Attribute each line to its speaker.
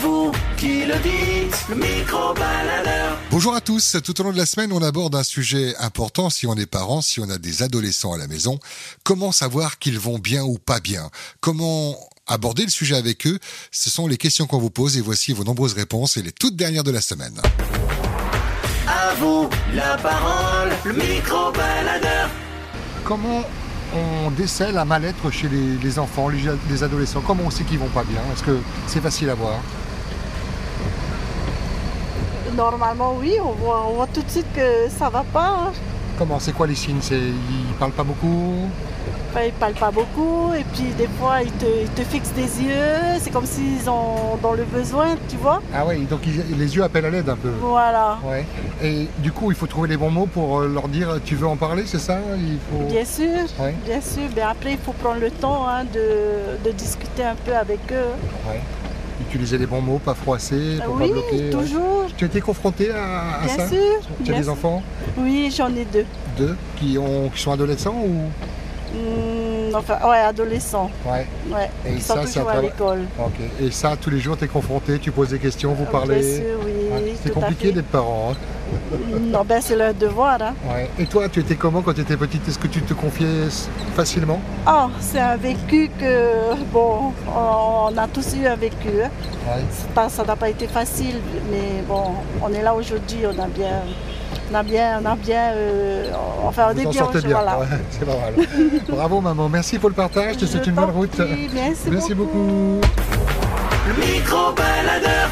Speaker 1: vous qui le dites, le micro-baladeur.
Speaker 2: Bonjour à tous. Tout au long de la semaine, on aborde un sujet important si on est parent, si on a des adolescents à la maison. Comment savoir qu'ils vont bien ou pas bien Comment aborder le sujet avec eux Ce sont les questions qu'on vous pose et voici vos nombreuses réponses et les toutes dernières de la semaine.
Speaker 1: À vous la parole, le micro-baladeur.
Speaker 2: Comment on décèle un mal-être chez les, les enfants, les, les adolescents Comment on sait qu'ils vont pas bien Est-ce que c'est facile à voir
Speaker 3: Normalement, oui, on voit, on voit tout de suite que ça va pas. hein.
Speaker 2: Comment C'est quoi les signes C'est ils parlent pas beaucoup
Speaker 3: Enfin, ils parlent pas beaucoup et puis des fois, ils te, ils te fixent des yeux. C'est comme s'ils ont dans le besoin, tu vois.
Speaker 2: Ah oui, donc ils- les yeux appellent à l'aide un peu.
Speaker 3: Voilà.
Speaker 2: Ouais. Et du coup, il faut trouver les bons mots pour euh, leur dire tu veux en parler, c'est ça Il faut.
Speaker 3: Bien sûr,
Speaker 2: Ouais.
Speaker 3: bien sûr. Mais après, il faut prendre le temps hein, de, de discuter un peu avec eux.
Speaker 2: Ouais. Utiliser les bons mots, pas froisser, pour
Speaker 3: Ah oui,
Speaker 2: pas bloquer. ouais.
Speaker 3: toujours.
Speaker 2: Tu as été confronté à, à
Speaker 3: Bien
Speaker 2: ça
Speaker 3: sûr.
Speaker 2: Tu as
Speaker 3: bien
Speaker 2: des
Speaker 3: sûr.
Speaker 2: enfants
Speaker 3: Oui, j'en ai deux.
Speaker 2: Deux qui, ont, qui sont adolescents ou
Speaker 3: Hmm, enfin, ouais, adolescents.
Speaker 2: Ouais.
Speaker 3: Ouais.
Speaker 2: Et
Speaker 3: ils sont
Speaker 2: ça, c'est un
Speaker 3: toujours à
Speaker 2: travail-
Speaker 3: l'école.
Speaker 2: Ok. Et ça, tous les jours, tu es confronté, tu poses des questions, vous parlez.
Speaker 3: Ah, Bien sûr, oui.
Speaker 2: Ouais. Ah, C'est
Speaker 3: tout à
Speaker 2: compliqué
Speaker 3: fait.
Speaker 2: d'être parent. hein.
Speaker 3: Non, ben, c'est leur devoir. hein.
Speaker 2: Ouais. Et toi, tu étais comment quand tu étais petite Est-ce que tu te confiais s- facilement
Speaker 3: Ah, c'est un vécu que, bon, on a tous eu un vécu. hein.
Speaker 2: Ouais.
Speaker 3: C'est pas- ça n'a pas été facile, mais bon, on est là aujourd'hui, on a bien, on a bien, on a bien, euh, enfin, on
Speaker 2: Vous
Speaker 3: est
Speaker 2: en
Speaker 3: bien,
Speaker 2: sortez
Speaker 3: hein, je-
Speaker 2: bien.
Speaker 3: voilà.
Speaker 2: Ouais, c'est pas mal. Bravo, maman. Merci pour le partage. Je te
Speaker 3: Je
Speaker 2: souhaite une
Speaker 3: t'en
Speaker 2: bonne route.
Speaker 3: prie, merci
Speaker 2: beaucoup.
Speaker 3: beaucoup.
Speaker 1: Le micro-baladeur.